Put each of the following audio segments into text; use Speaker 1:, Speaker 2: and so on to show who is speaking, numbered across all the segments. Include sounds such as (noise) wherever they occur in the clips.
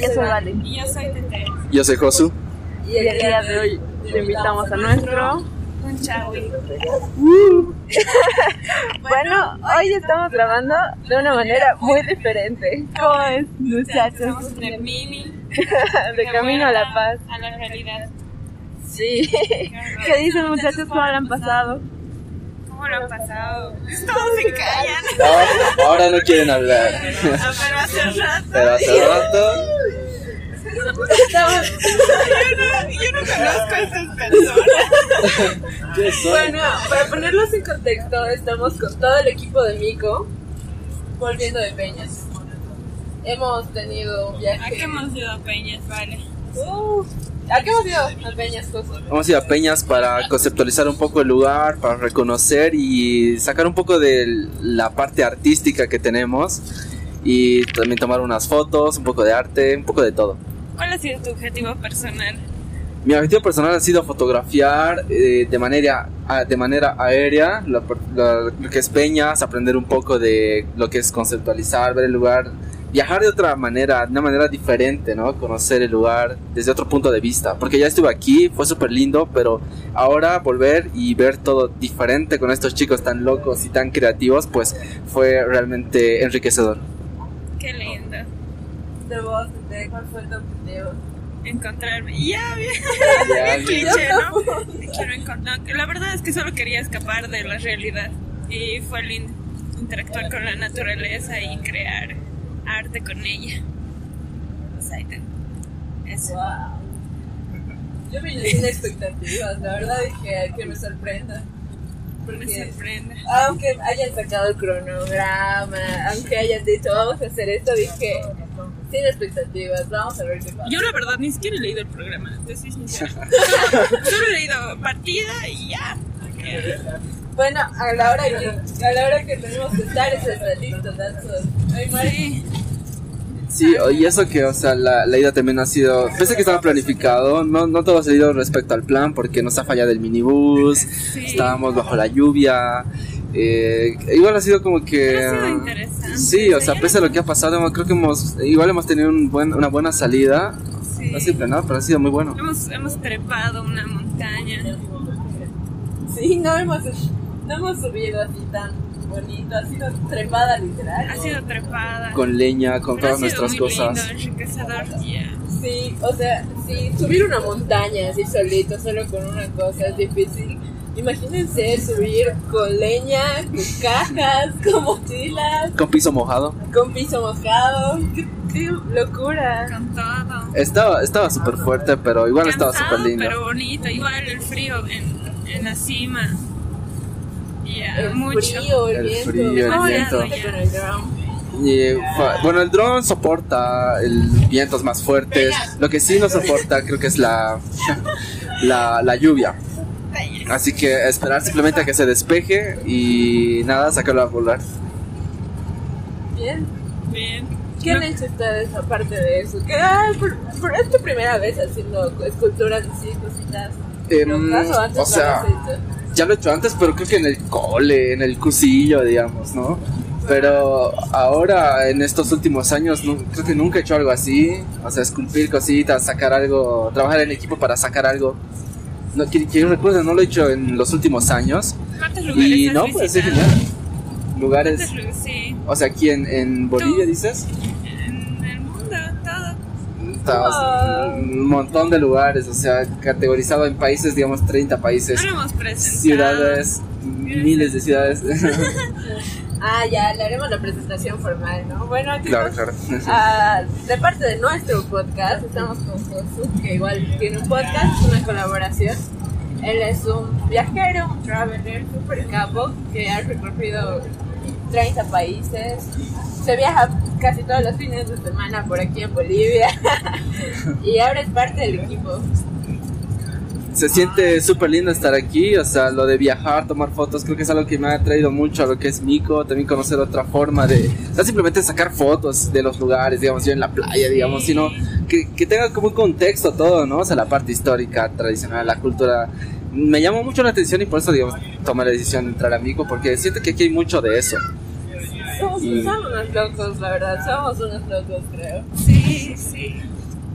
Speaker 1: se vale.
Speaker 2: Y yo soy Tete.
Speaker 3: Yo soy Josu.
Speaker 1: Y el día de hoy te invitamos a nuestro.
Speaker 2: Un chawi.
Speaker 1: Bueno, hoy estamos grabando de una manera muy diferente. ¿Cómo es, muchachos?
Speaker 2: Estamos en el mini.
Speaker 1: (laughs) De camino a la paz.
Speaker 2: A la realidad.
Speaker 1: Sí. (laughs) ¿Qué dicen, muchachos? ¿Cómo lo han pasado?
Speaker 2: ¿Cómo lo han pasado? Todos se callan.
Speaker 3: No, ahora no quieren hablar.
Speaker 2: Ah, Pero hace rato.
Speaker 3: Pero hace rato.
Speaker 2: Yo no conozco a estas personas.
Speaker 3: ¿Qué soy?
Speaker 1: Bueno, para ponerlos en contexto, estamos con todo el equipo de Mico volviendo de Peñas. Hemos tenido un
Speaker 2: ¿A
Speaker 1: viaje.
Speaker 2: qué hemos ido a Peñas? Vale.
Speaker 1: Uh, ¿A qué hemos ido? A Peñas, Josu.
Speaker 3: Vamos a ir a Peñas para conceptualizar un poco el lugar, para reconocer y sacar un poco de la parte artística que tenemos. Y también tomar unas fotos, un poco de arte, un poco de todo.
Speaker 2: ¿Cuál ha sido tu objetivo personal?
Speaker 3: Mi objetivo personal ha sido fotografiar eh, de, manera, a- de manera aérea lo, per- lo- lo que es Peñas, aprender un poco de lo que es conceptualizar, ver el lugar, viajar de otra manera, de una manera diferente, ¿no? Conocer el lugar desde otro punto de vista. Porque ya estuve aquí, fue súper lindo, pero ahora volver y ver todo diferente con estos chicos tan locos y tan creativos, pues fue realmente enriquecedor.
Speaker 2: Qué lindo.
Speaker 1: De vos, de cuál fue tu objetivo.
Speaker 2: Encontrarme. Ya, bien.
Speaker 3: Ya,
Speaker 2: cliché, ¿no? Quiero encontrar- La verdad es que solo quería escapar de la realidad y fue lindo interactuar con la naturaleza y crear arte con ella. Pues ahí ten- Eso.
Speaker 1: Wow. Yo me llené de expectativas, la verdad dije que me sorprenda.
Speaker 2: Me
Speaker 1: Porque
Speaker 2: sorprende.
Speaker 1: aunque hayan sacado cronograma, aunque hayan dicho vamos a hacer esto, dije sin expectativas, vamos a ver qué pasa.
Speaker 2: Yo la verdad ni siquiera he leído el programa, entonces ni siquiera.
Speaker 3: (laughs)
Speaker 2: Solo he leído partida y ya.
Speaker 1: Bueno, a la hora que, a la hora que tenemos que estar es hasta listo, tanto. Ay, Mari.
Speaker 2: Sí,
Speaker 3: Sí, o- y eso que, o sea, la, la ida también ha sido, pese a que estaba planificado, no, no todo ha salido respecto al plan porque nos ha fallado el minibús, estábamos bajo la lluvia, eh, igual ha sido como que...
Speaker 2: Pero ha sido interesante.
Speaker 3: Sí, o sea, pese a lo que ha pasado, hemos- creo que hemos, igual hemos tenido un buen, una buena salida,
Speaker 2: sí.
Speaker 3: no ha sido planeado, pero ha sido muy bueno.
Speaker 2: Hemos, hemos trepado una montaña.
Speaker 1: Sí, no hemos, no hemos subido así tan bonito, ha sido trepada literal.
Speaker 2: Ha sido trepada.
Speaker 3: Con leña, con
Speaker 2: Pero ha
Speaker 3: todas
Speaker 2: sido
Speaker 3: nuestras
Speaker 2: muy
Speaker 3: cosas.
Speaker 2: Lindo, enriquecedor, ya.
Speaker 1: Sí, o sea, sí, subir una montaña así solito, solo con una cosa es difícil. Imagínense subir con leña, con cajas, (laughs) con mochilas,
Speaker 3: Con piso mojado.
Speaker 1: con piso mojado. ¡Qué, qué locura!
Speaker 2: Con todo.
Speaker 3: Estaba estaba súper fuerte, pero igual estaba
Speaker 2: Cansado,
Speaker 3: súper lindo.
Speaker 2: Pero bonito, igual el frío en, en la cima. Ya,
Speaker 1: El
Speaker 2: mucho.
Speaker 1: frío, el,
Speaker 3: El
Speaker 1: viento.
Speaker 3: frío, el
Speaker 1: Ah,
Speaker 3: viento.
Speaker 1: ya, con el drum.
Speaker 3: Y, Eh, fa- bueno, el dron soporta el vientos más fuertes. Lo que sí no soporta creo que es la, (laughs) la, la lluvia. Así que esperar simplemente a que se despeje y nada, sacarlo a volar.
Speaker 1: Bien.
Speaker 2: Bien.
Speaker 1: ¿Qué
Speaker 2: No-
Speaker 1: han hecho ustedes aparte de eso? ¿Qué, ah, por, por- es tu primera vez haciendo esculturas así, cositas.
Speaker 3: Em,
Speaker 1: locas, o antes
Speaker 3: o
Speaker 1: no
Speaker 3: sea,
Speaker 1: lo has hecho?
Speaker 3: Ya lo he hecho antes, pero creo que en el cole, en el cursillo, digamos, ¿no? Pero ahora, en estos últimos años, nu- creo que nunca he hecho algo así. O sea, esculpir cositas, sacar algo, trabajar en equipo para sacar algo. No, que, que yo recuerdo, no lo he hecho en los últimos años.
Speaker 2: ¿Cuántos lugares
Speaker 3: Y
Speaker 2: has
Speaker 3: no, pues sí,
Speaker 2: visitado?
Speaker 3: genial. Lugares,
Speaker 2: ¿Cuántos lu- Sí,
Speaker 3: o sea, aquí en, en Bolivia, dices,
Speaker 2: en el mundo, todo.
Speaker 3: Estabas
Speaker 2: Ah.
Speaker 3: en un montón de lugares, o sea, categorizado en países, digamos, 30 países,
Speaker 2: Ah, No lo hemos presentado.
Speaker 3: ciudades, miles de ciudades.
Speaker 1: Ah, ya, le haremos la presentación formal, ¿no? Bueno, chicos,
Speaker 3: (laughs) claro, claro.
Speaker 1: Ah, de parte de nuestro podcast, estamos con Josu, que igual tiene un podcast, una colaboración. Él es un viajero, un traveler super capo que ha recorrido 30 países. Se viaja casi todos los fines de semana por aquí en Bolivia (laughs) y ahora es parte del equipo.
Speaker 3: Se siente súper lindo estar aquí, o sea, lo de viajar, tomar fotos, creo que es algo que me ha traído mucho a lo que es Mico, también conocer otra forma de, no simplemente sacar fotos de los lugares, digamos, yo en la playa, digamos,
Speaker 2: Sí.
Speaker 3: sino que, que tenga como un contexto todo, ¿no? O sea, la parte histórica, tradicional, la cultura. Me llamó mucho la atención y por eso, digamos, tomé la decisión de entrar a Mico, porque siento que aquí hay mucho de eso.
Speaker 1: Somos,
Speaker 3: Sí.
Speaker 1: somos unos locos, la verdad, somos unos locos, creo.
Speaker 2: Sí, sí.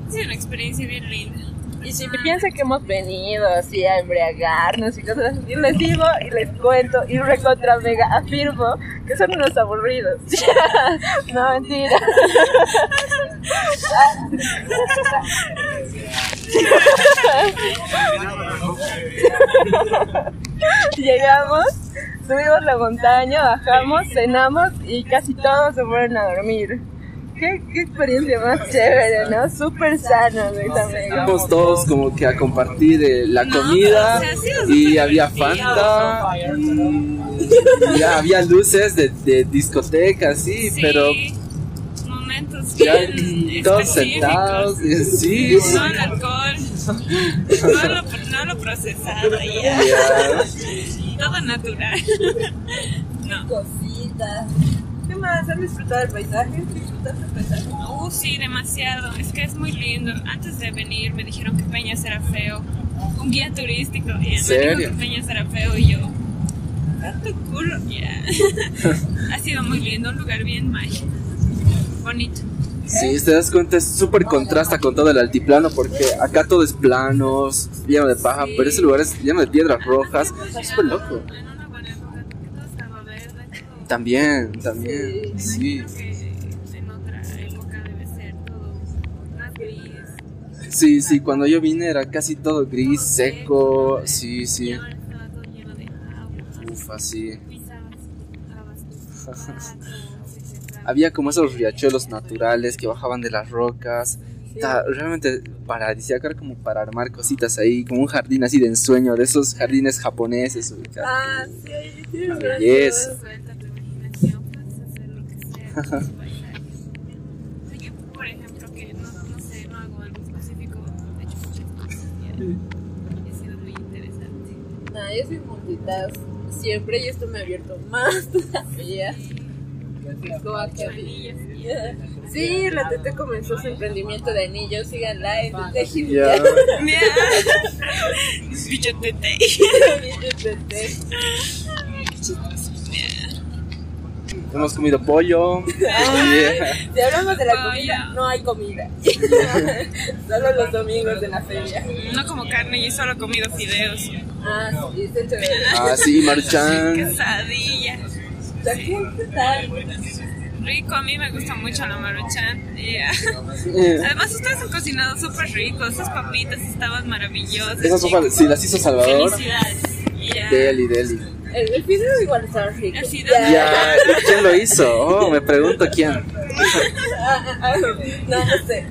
Speaker 2: sido una experiencia bien linda.
Speaker 1: Y si piensa que hemos venido así a embriagarnos y cosas así, les digo y les cuento y recontra mega afirmo que son unos aburridos. (laughs) no, mentira. (laughs) Llegamos, subimos la montaña, bajamos, cenamos y casi todos se fueron a dormir. Qué, qué experiencia más chévere, ¿no? Súper sano, güey, también.
Speaker 3: Vamos todos como que a compartir eh, la
Speaker 2: No,
Speaker 3: comida
Speaker 2: pero, o sea, sí, o sea,
Speaker 3: y
Speaker 2: fue
Speaker 3: había
Speaker 2: divertido.
Speaker 3: Fanta y, y había luces de, de discoteca, así,
Speaker 2: Sí,
Speaker 3: pero
Speaker 2: momentos
Speaker 3: ya
Speaker 2: bien (laughs)
Speaker 3: todos
Speaker 2: específicos.
Speaker 3: sentados, y- sí,
Speaker 2: No al alcohol, no lo, no lo procesado, ya.
Speaker 3: ya.
Speaker 2: todo natural. (laughs) No.
Speaker 1: Cositas. ¿Qué más? ¿Han disfrutado del paisaje? ¿Disfrutaste del paisaje?
Speaker 2: Uh, sí, demasiado. Es que es muy lindo. Antes de venir me dijeron que Peñas era feo. Un guía turístico. Y él me
Speaker 3: ¿Serio?
Speaker 2: dijo que Peñas era feo y yo. Tanto culo.
Speaker 3: (laughs)
Speaker 2: ya. ha sido muy lindo, un lugar bien mágico. Bonito.
Speaker 3: Sí, te das cuenta, es súper contrasta con todo el altiplano porque acá todo es plano, lleno de paja,
Speaker 2: Sí. pues,
Speaker 3: pero ese lugar es lleno de piedras rojas, es súper loco.
Speaker 2: En una buena época, todo estaba verde. todo-
Speaker 3: También, también,
Speaker 2: Me
Speaker 3: sí.
Speaker 2: imagino que en otra época debe ser todo más gris.
Speaker 3: Sí, sí, cuando yo vine era casi todo gris, seco, sí,
Speaker 2: Y
Speaker 3: sí.
Speaker 2: ahora está todo lleno de agua.
Speaker 3: Ufa, sí.
Speaker 2: Pisabas, lavabas tus zapatos, etcétera.
Speaker 3: Había como esos riachuelos naturales que bajaban de las rocas. Está realmente paradisíaco, era como para armar cositas ahí, como un jardín así de ensueño, de esos jardines japoneses. ubicado.
Speaker 1: Ah, sí, sí,
Speaker 3: La
Speaker 1: gracias.
Speaker 3: belleza.
Speaker 2: Suelta tu imaginación, puedes hacer lo que sea, puedes bailar. O sea, yo, por ejemplo, que no, no sé, no hago algo específico, he hecho muchas cosas y ha sido muy interesante.
Speaker 1: Nah, yo soy multitask siempre y esto me ha abierto más (laughs) todavía. Coa que había. Sí, la Tete comenzó su emprendimiento de anillos, síganla en Tete
Speaker 3: Ya.
Speaker 1: Jiménez.
Speaker 2: Bichotete.
Speaker 1: (laughs) Tete.
Speaker 3: Hemos comido pollo. Yeah.
Speaker 1: Si hablamos de la
Speaker 2: Vaya.
Speaker 1: comida, no hay comida. (laughs) Solo los domingos de la feria.
Speaker 2: No como carne, yo solo he comido fideos.
Speaker 1: Ah, sí, está chévere.
Speaker 3: Ah, sí, Maruchan.
Speaker 2: Quesadilla.
Speaker 1: La gente está
Speaker 2: Rico, a mí me gusta mucho la maruchan. Yeah.
Speaker 3: Eh,
Speaker 2: Además, ustedes han cocinado súper rico. Esas papitas estaban maravillosas. chicos.
Speaker 3: Esas sopas, sí, las hizo Salvador.
Speaker 2: Felicidades. Yeah.
Speaker 3: Deli, deli.
Speaker 1: El, el fideo igual está rico.
Speaker 2: El fideo.
Speaker 1: Ya.
Speaker 3: Ya, ¿y ¿quién lo hizo? Oh, me pregunto quién.
Speaker 1: (laughs) Ah, ah, ah, no, no sé.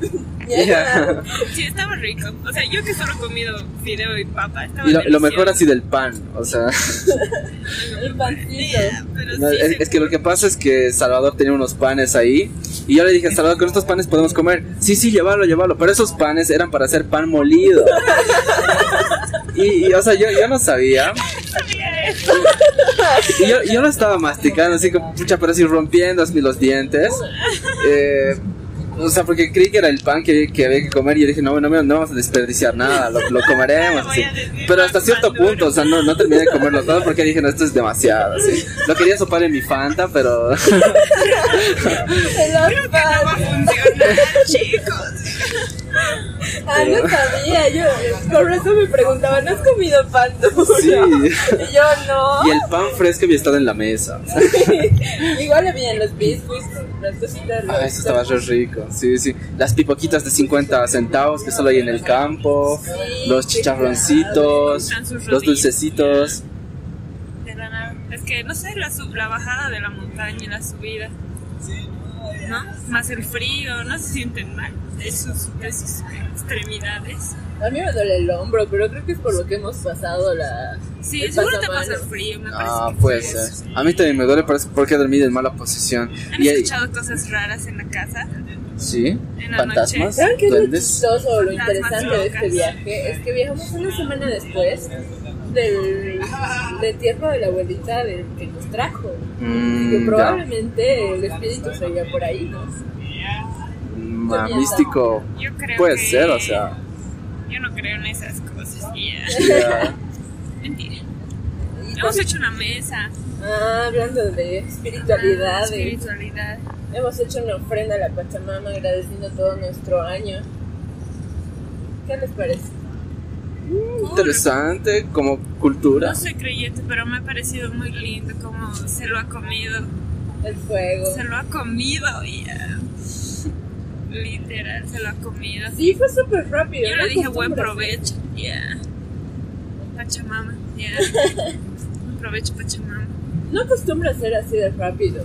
Speaker 1: Ya.
Speaker 3: Ya.
Speaker 2: Sí, estaba rico. O sea, yo que solo he comido fideo y papa. Estaba
Speaker 3: Y lo, lo mejor
Speaker 2: delicioso.
Speaker 3: así del pan, o sea.
Speaker 1: El pancito.
Speaker 2: Yeah, pero
Speaker 3: No,
Speaker 2: sí,
Speaker 3: es,
Speaker 2: se-
Speaker 3: es que lo que pasa es que Salvador tenía unos panes ahí y yo le dije, Salvador, con estos panes podemos comer. Sí, sí, llévalo, llévalo. Pero esos panes eran para hacer
Speaker 2: (laughs)
Speaker 3: pan molido. Y, y, o sea, yo, yo no sabía. Y yo, yo lo estaba masticando así como, pucha, pero así rompiendo así los dientes. Eh, o sea, porque creí que era el pan que, que había que comer y yo dije, no, no, me- no vamos a desperdiciar nada, lo, lo comeremos. así. Pero hasta cierto punto, o sea, no, no terminé de comerlo todo porque dije, no, esto es demasiado. así. Lo quería sopar en mi Fanta, pero...
Speaker 1: El
Speaker 2: Creo que no va
Speaker 1: (laughs)
Speaker 2: a funcionar, chicos.
Speaker 1: Ah, no sabía, yo por eso me preguntaban, ¿has comido pan duro?
Speaker 3: Sí.
Speaker 1: Y yo no.
Speaker 3: Y el pan fresco había estado en la mesa.
Speaker 1: Igual había los biscuits, las cositas.
Speaker 3: Ah,
Speaker 1: los-
Speaker 3: eso estaba re rico. Sí, sí. Las pipoquitas de 50 centavos que solo hay en el campo. Los chicharroncitos. Los dulcecitos.
Speaker 2: De la nada. Es que, no sé, la, sub- la bajada de la montaña y la subida. ¿No? Más el frío, no se sienten mal de sus, de sus extremidades.
Speaker 1: A mí me duele el hombro, pero creo que es por lo que hemos pasado la...
Speaker 2: Sí,
Speaker 1: el
Speaker 2: seguro te
Speaker 1: pasamanos.
Speaker 2: pasa el frío, me parece.
Speaker 3: Ah,
Speaker 2: que
Speaker 3: puede
Speaker 2: fue eso.
Speaker 3: ser. A mí también me duele parece, porque dormí en mala posición.
Speaker 2: ¿Han
Speaker 3: Y ahí-
Speaker 2: escuchado cosas raras en la casa?
Speaker 3: ¿Sí?
Speaker 2: En la
Speaker 3: ¿Fantasmas?
Speaker 1: ¿Saben qué es lo
Speaker 3: ¿Duendes?
Speaker 1: chistoso o lo
Speaker 2: Las
Speaker 1: interesante de este
Speaker 2: mazorcas.
Speaker 1: viaje? Es que viajamos una semana después del, del tiempo de la abuelita del que nos trajo. Y que
Speaker 3: Mm, ya.
Speaker 1: probablemente el espíritu seguía por ahí, ¿no?
Speaker 3: Mm, ah, místico.
Speaker 2: Yo creo
Speaker 3: Puede
Speaker 2: que-
Speaker 3: ser, o sea.
Speaker 2: Yo no creo en esas cosas. ya. (laughs)
Speaker 3: ya.
Speaker 2: Mentira.
Speaker 1: Y
Speaker 2: Hemos hecho una mesa.
Speaker 1: Ah, hablando de espiritualidad, de-
Speaker 2: Espiritualidad.
Speaker 1: hemos hecho una ofrenda a la Pachamama agradeciendo todo nuestro año. ¿Qué les parece?
Speaker 3: Interesante como cultura.
Speaker 2: No soy creyente, pero me ha parecido muy lindo cómo se lo ha comido.
Speaker 1: El fuego.
Speaker 2: Se lo ha comido y ah, Literal, se lo ha comido.
Speaker 1: Sí, fue súper rápido.
Speaker 2: Yo
Speaker 1: ¿no?
Speaker 2: le dije buen
Speaker 1: Acostumbras.
Speaker 2: provecho. Ya. Pachamama. Ya. Buen provecho, Pachamama.
Speaker 1: No acostumbra ser así de rápido.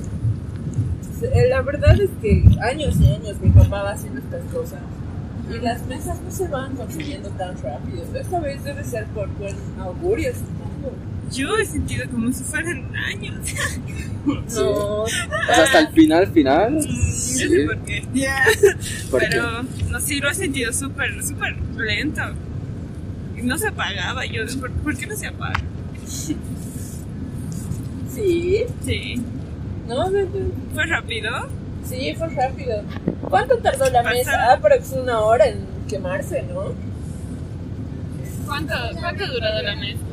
Speaker 1: Se- eh, La verdad es que años y años mi papá va haciendo estas cosas. Y las mesas no se van consiguiendo tan rápido. Esta vez debe ser por buen augurio, supongo.
Speaker 2: Yo he sentido como si fueran años. (laughs)
Speaker 3: Sí. (laughs)
Speaker 1: No,
Speaker 3: O sea, hasta el final, final.
Speaker 2: Mm, Yo
Speaker 3: Sí.
Speaker 2: sé por qué. Ya. (laughs)
Speaker 3: ¿Por
Speaker 2: Pero no sí lo he sentido súper, súper lento. Y No se apagaba. Yo, ¿por, por qué no se apaga?
Speaker 1: sí.
Speaker 2: Sí.
Speaker 1: No, no, no.
Speaker 2: Fue rápido.
Speaker 1: Sí, fue rápido. ¿Cuánto tardó la
Speaker 2: Pasar-
Speaker 1: mesa? Aprox una hora en quemarse, ¿no?
Speaker 2: ¿Cuánto, cuánto ha durado la mesa?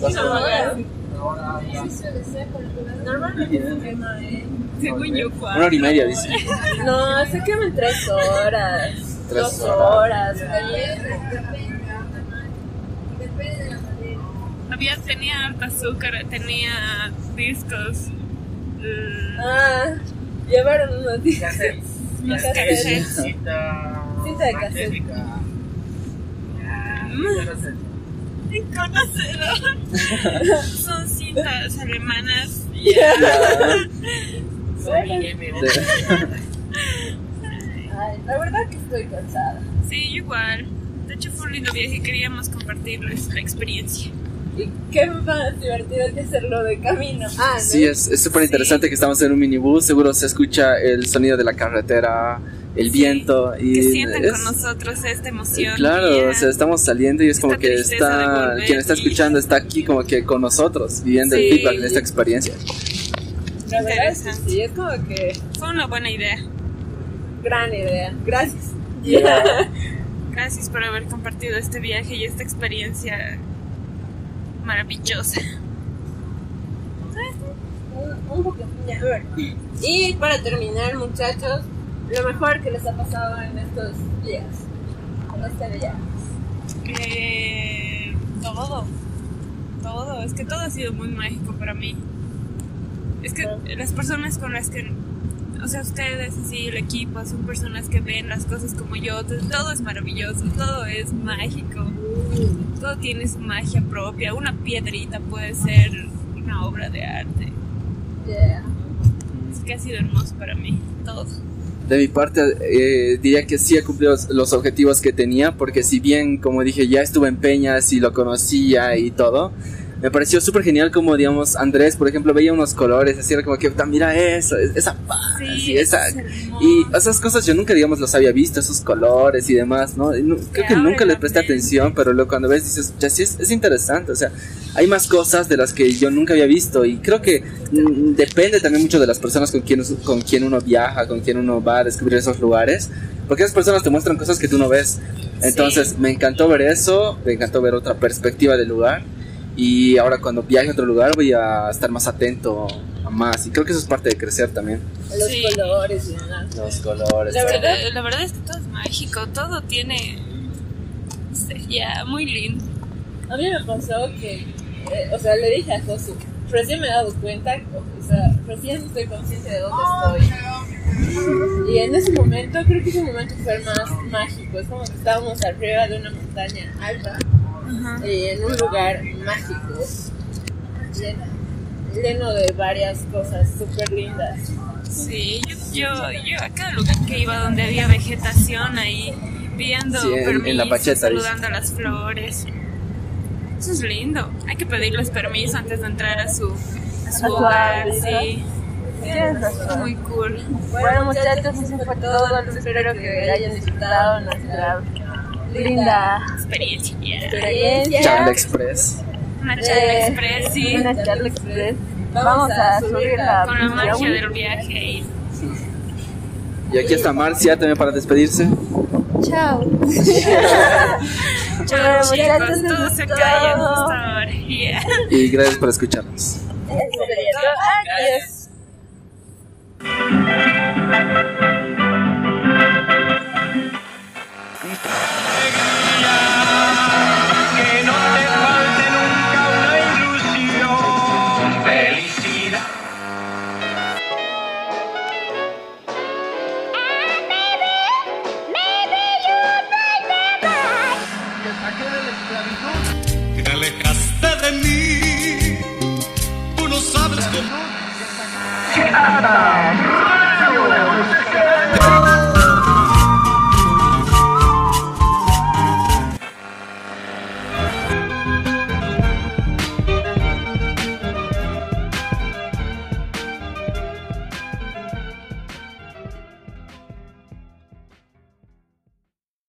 Speaker 1: Una hora.
Speaker 3: Normalmente se
Speaker 1: quema en...
Speaker 2: Según yo, cuatro.
Speaker 3: Una hora y media,
Speaker 2: (laughs)
Speaker 3: dice.
Speaker 1: No, se quema en tres horas.
Speaker 3: Tres
Speaker 1: dos
Speaker 3: horas.
Speaker 1: horas.
Speaker 2: Había, tenía harta azúcar, tenía discos. mm,
Speaker 1: Ah, llevaron unos días. (laughs) Las
Speaker 2: Los cassettes. (laughs)
Speaker 1: Cinta de cassette.
Speaker 2: Mm. Ay, conocedor. (laughs) Son cintas alemanas.
Speaker 3: (laughs)
Speaker 1: Ay, la verdad que estoy cansada.
Speaker 2: Sí, igual. De hecho, fue un lindo viaje. Queríamos compartirles la experiencia.
Speaker 1: ¿Y qué más divertido que hacerlo de camino? Ah, ¿no?
Speaker 3: Sí, es es súper interesante que estamos en un minibús. Seguro se escucha el sonido de la carretera, el
Speaker 2: Sí,
Speaker 3: viento. Y
Speaker 2: que sientan
Speaker 3: es- eh,
Speaker 2: con nosotros esta emoción.
Speaker 3: Claro,
Speaker 2: y, ah,
Speaker 3: o sea, estamos saliendo y es
Speaker 2: Esta
Speaker 3: como que
Speaker 2: tristeza de
Speaker 3: está,
Speaker 2: volver
Speaker 3: quien está
Speaker 2: y-
Speaker 3: escuchando está aquí como que con nosotros, viviendo
Speaker 2: Sí.
Speaker 3: el feedback de esta experiencia.
Speaker 1: La verdad es que
Speaker 2: interesante.
Speaker 1: sí, es como que
Speaker 2: Fue una buena idea.
Speaker 1: gran idea. Gracias.
Speaker 2: Gracias por haber compartido este viaje y esta experiencia maravillosa.
Speaker 1: (laughs) Un, un poco. ya, a ver. Y para terminar, muchachos, lo mejor que les ha pasado en estos días. En este día.
Speaker 2: Eh, todo. Todo. Es que todo ha sido muy mágico para mí. Es que las personas con las que. O sea, ustedes, así, el equipo, son personas que ven las cosas como yo. Entonces, Todo es maravilloso, todo es mágico. Todo tiene su magia propia. Una piedrita puede ser una obra de arte.
Speaker 1: Yeah.
Speaker 2: Así que ha sido hermoso para mí. Todo.
Speaker 3: De mi parte, eh, diría que sí he cumplido los objetivos que tenía, porque si bien, como dije, ya estuve en Peñas y lo conocía y todo, me pareció súper genial como, digamos, Andrés, por ejemplo, veía unos colores, así era como que, "Ta, mira eso, es- esa paz, y esa...
Speaker 2: es hermoso.
Speaker 3: Y esas cosas yo nunca, digamos, las había visto, esos colores y demás, ¿no? Y nu- Creo que
Speaker 2: abre
Speaker 3: nunca le
Speaker 2: la
Speaker 3: presté
Speaker 2: mente.
Speaker 3: atención, pero luego cuando ves dices, ya sí, es, es interesante, o sea, hay más cosas de las que yo nunca había visto y creo que mm, depende también mucho de las personas con quien, con quien uno viaja, con quien uno va a descubrir esos lugares, porque esas personas te muestran cosas que tú no ves. Entonces, me encantó ver eso, me encantó ver otra perspectiva del lugar y ahora cuando viaje a otro lugar voy a estar más atento a más y creo que eso es parte de crecer también.
Speaker 1: Los
Speaker 2: Sí.
Speaker 1: colores y nada.
Speaker 3: Los colores.
Speaker 1: La
Speaker 3: todo.
Speaker 1: verdad-
Speaker 2: Eh, La verdad es que todo es mágico, todo tiene. no sé, Ya, muy lindo.
Speaker 1: A mí me pasó que, eh, o sea, le dije a Josu, recién me he dado cuenta, o sea, recién estoy consciente de dónde estoy. Y en ese momento, creo que ese momento fue el más mágico, es como que estábamos arriba de una montaña alta y en un lugar mágico, lleno, lleno de varias cosas súper lindas.
Speaker 2: Sí, yo, yo, yo a cada lugar que iba donde había vegetación ahí, viendo
Speaker 3: Sí, en- en
Speaker 2: permisos,
Speaker 3: la pacheta,
Speaker 2: saludando a las flores. Eso es lindo. Hay que pedirles permiso antes de entrar a su, a su
Speaker 1: A su
Speaker 2: hogar,
Speaker 1: hábitat.
Speaker 2: sí. Es muy cool.
Speaker 1: Bueno, muchachos, eso fue todo. Espero que hayan disfrutado nuestra linda
Speaker 2: Experiencia. ya.
Speaker 1: experiencia.
Speaker 3: Charla Express.
Speaker 2: Una charla
Speaker 1: Eh,
Speaker 2: express, sí.
Speaker 1: una charla express. Vamos a subirla.
Speaker 2: Con la magia del viaje. y-
Speaker 3: Y aquí está Marcia también para despedirse.
Speaker 2: Chao, chicos.
Speaker 1: muchachos, nos
Speaker 2: Todos se
Speaker 1: gustó.
Speaker 2: callan justo ahora. ya.
Speaker 3: Y gracias por escucharnos.
Speaker 1: Adiós.
Speaker 4: quiere la esclavitud. Que te alejaste de mí, tú no sabes cómo.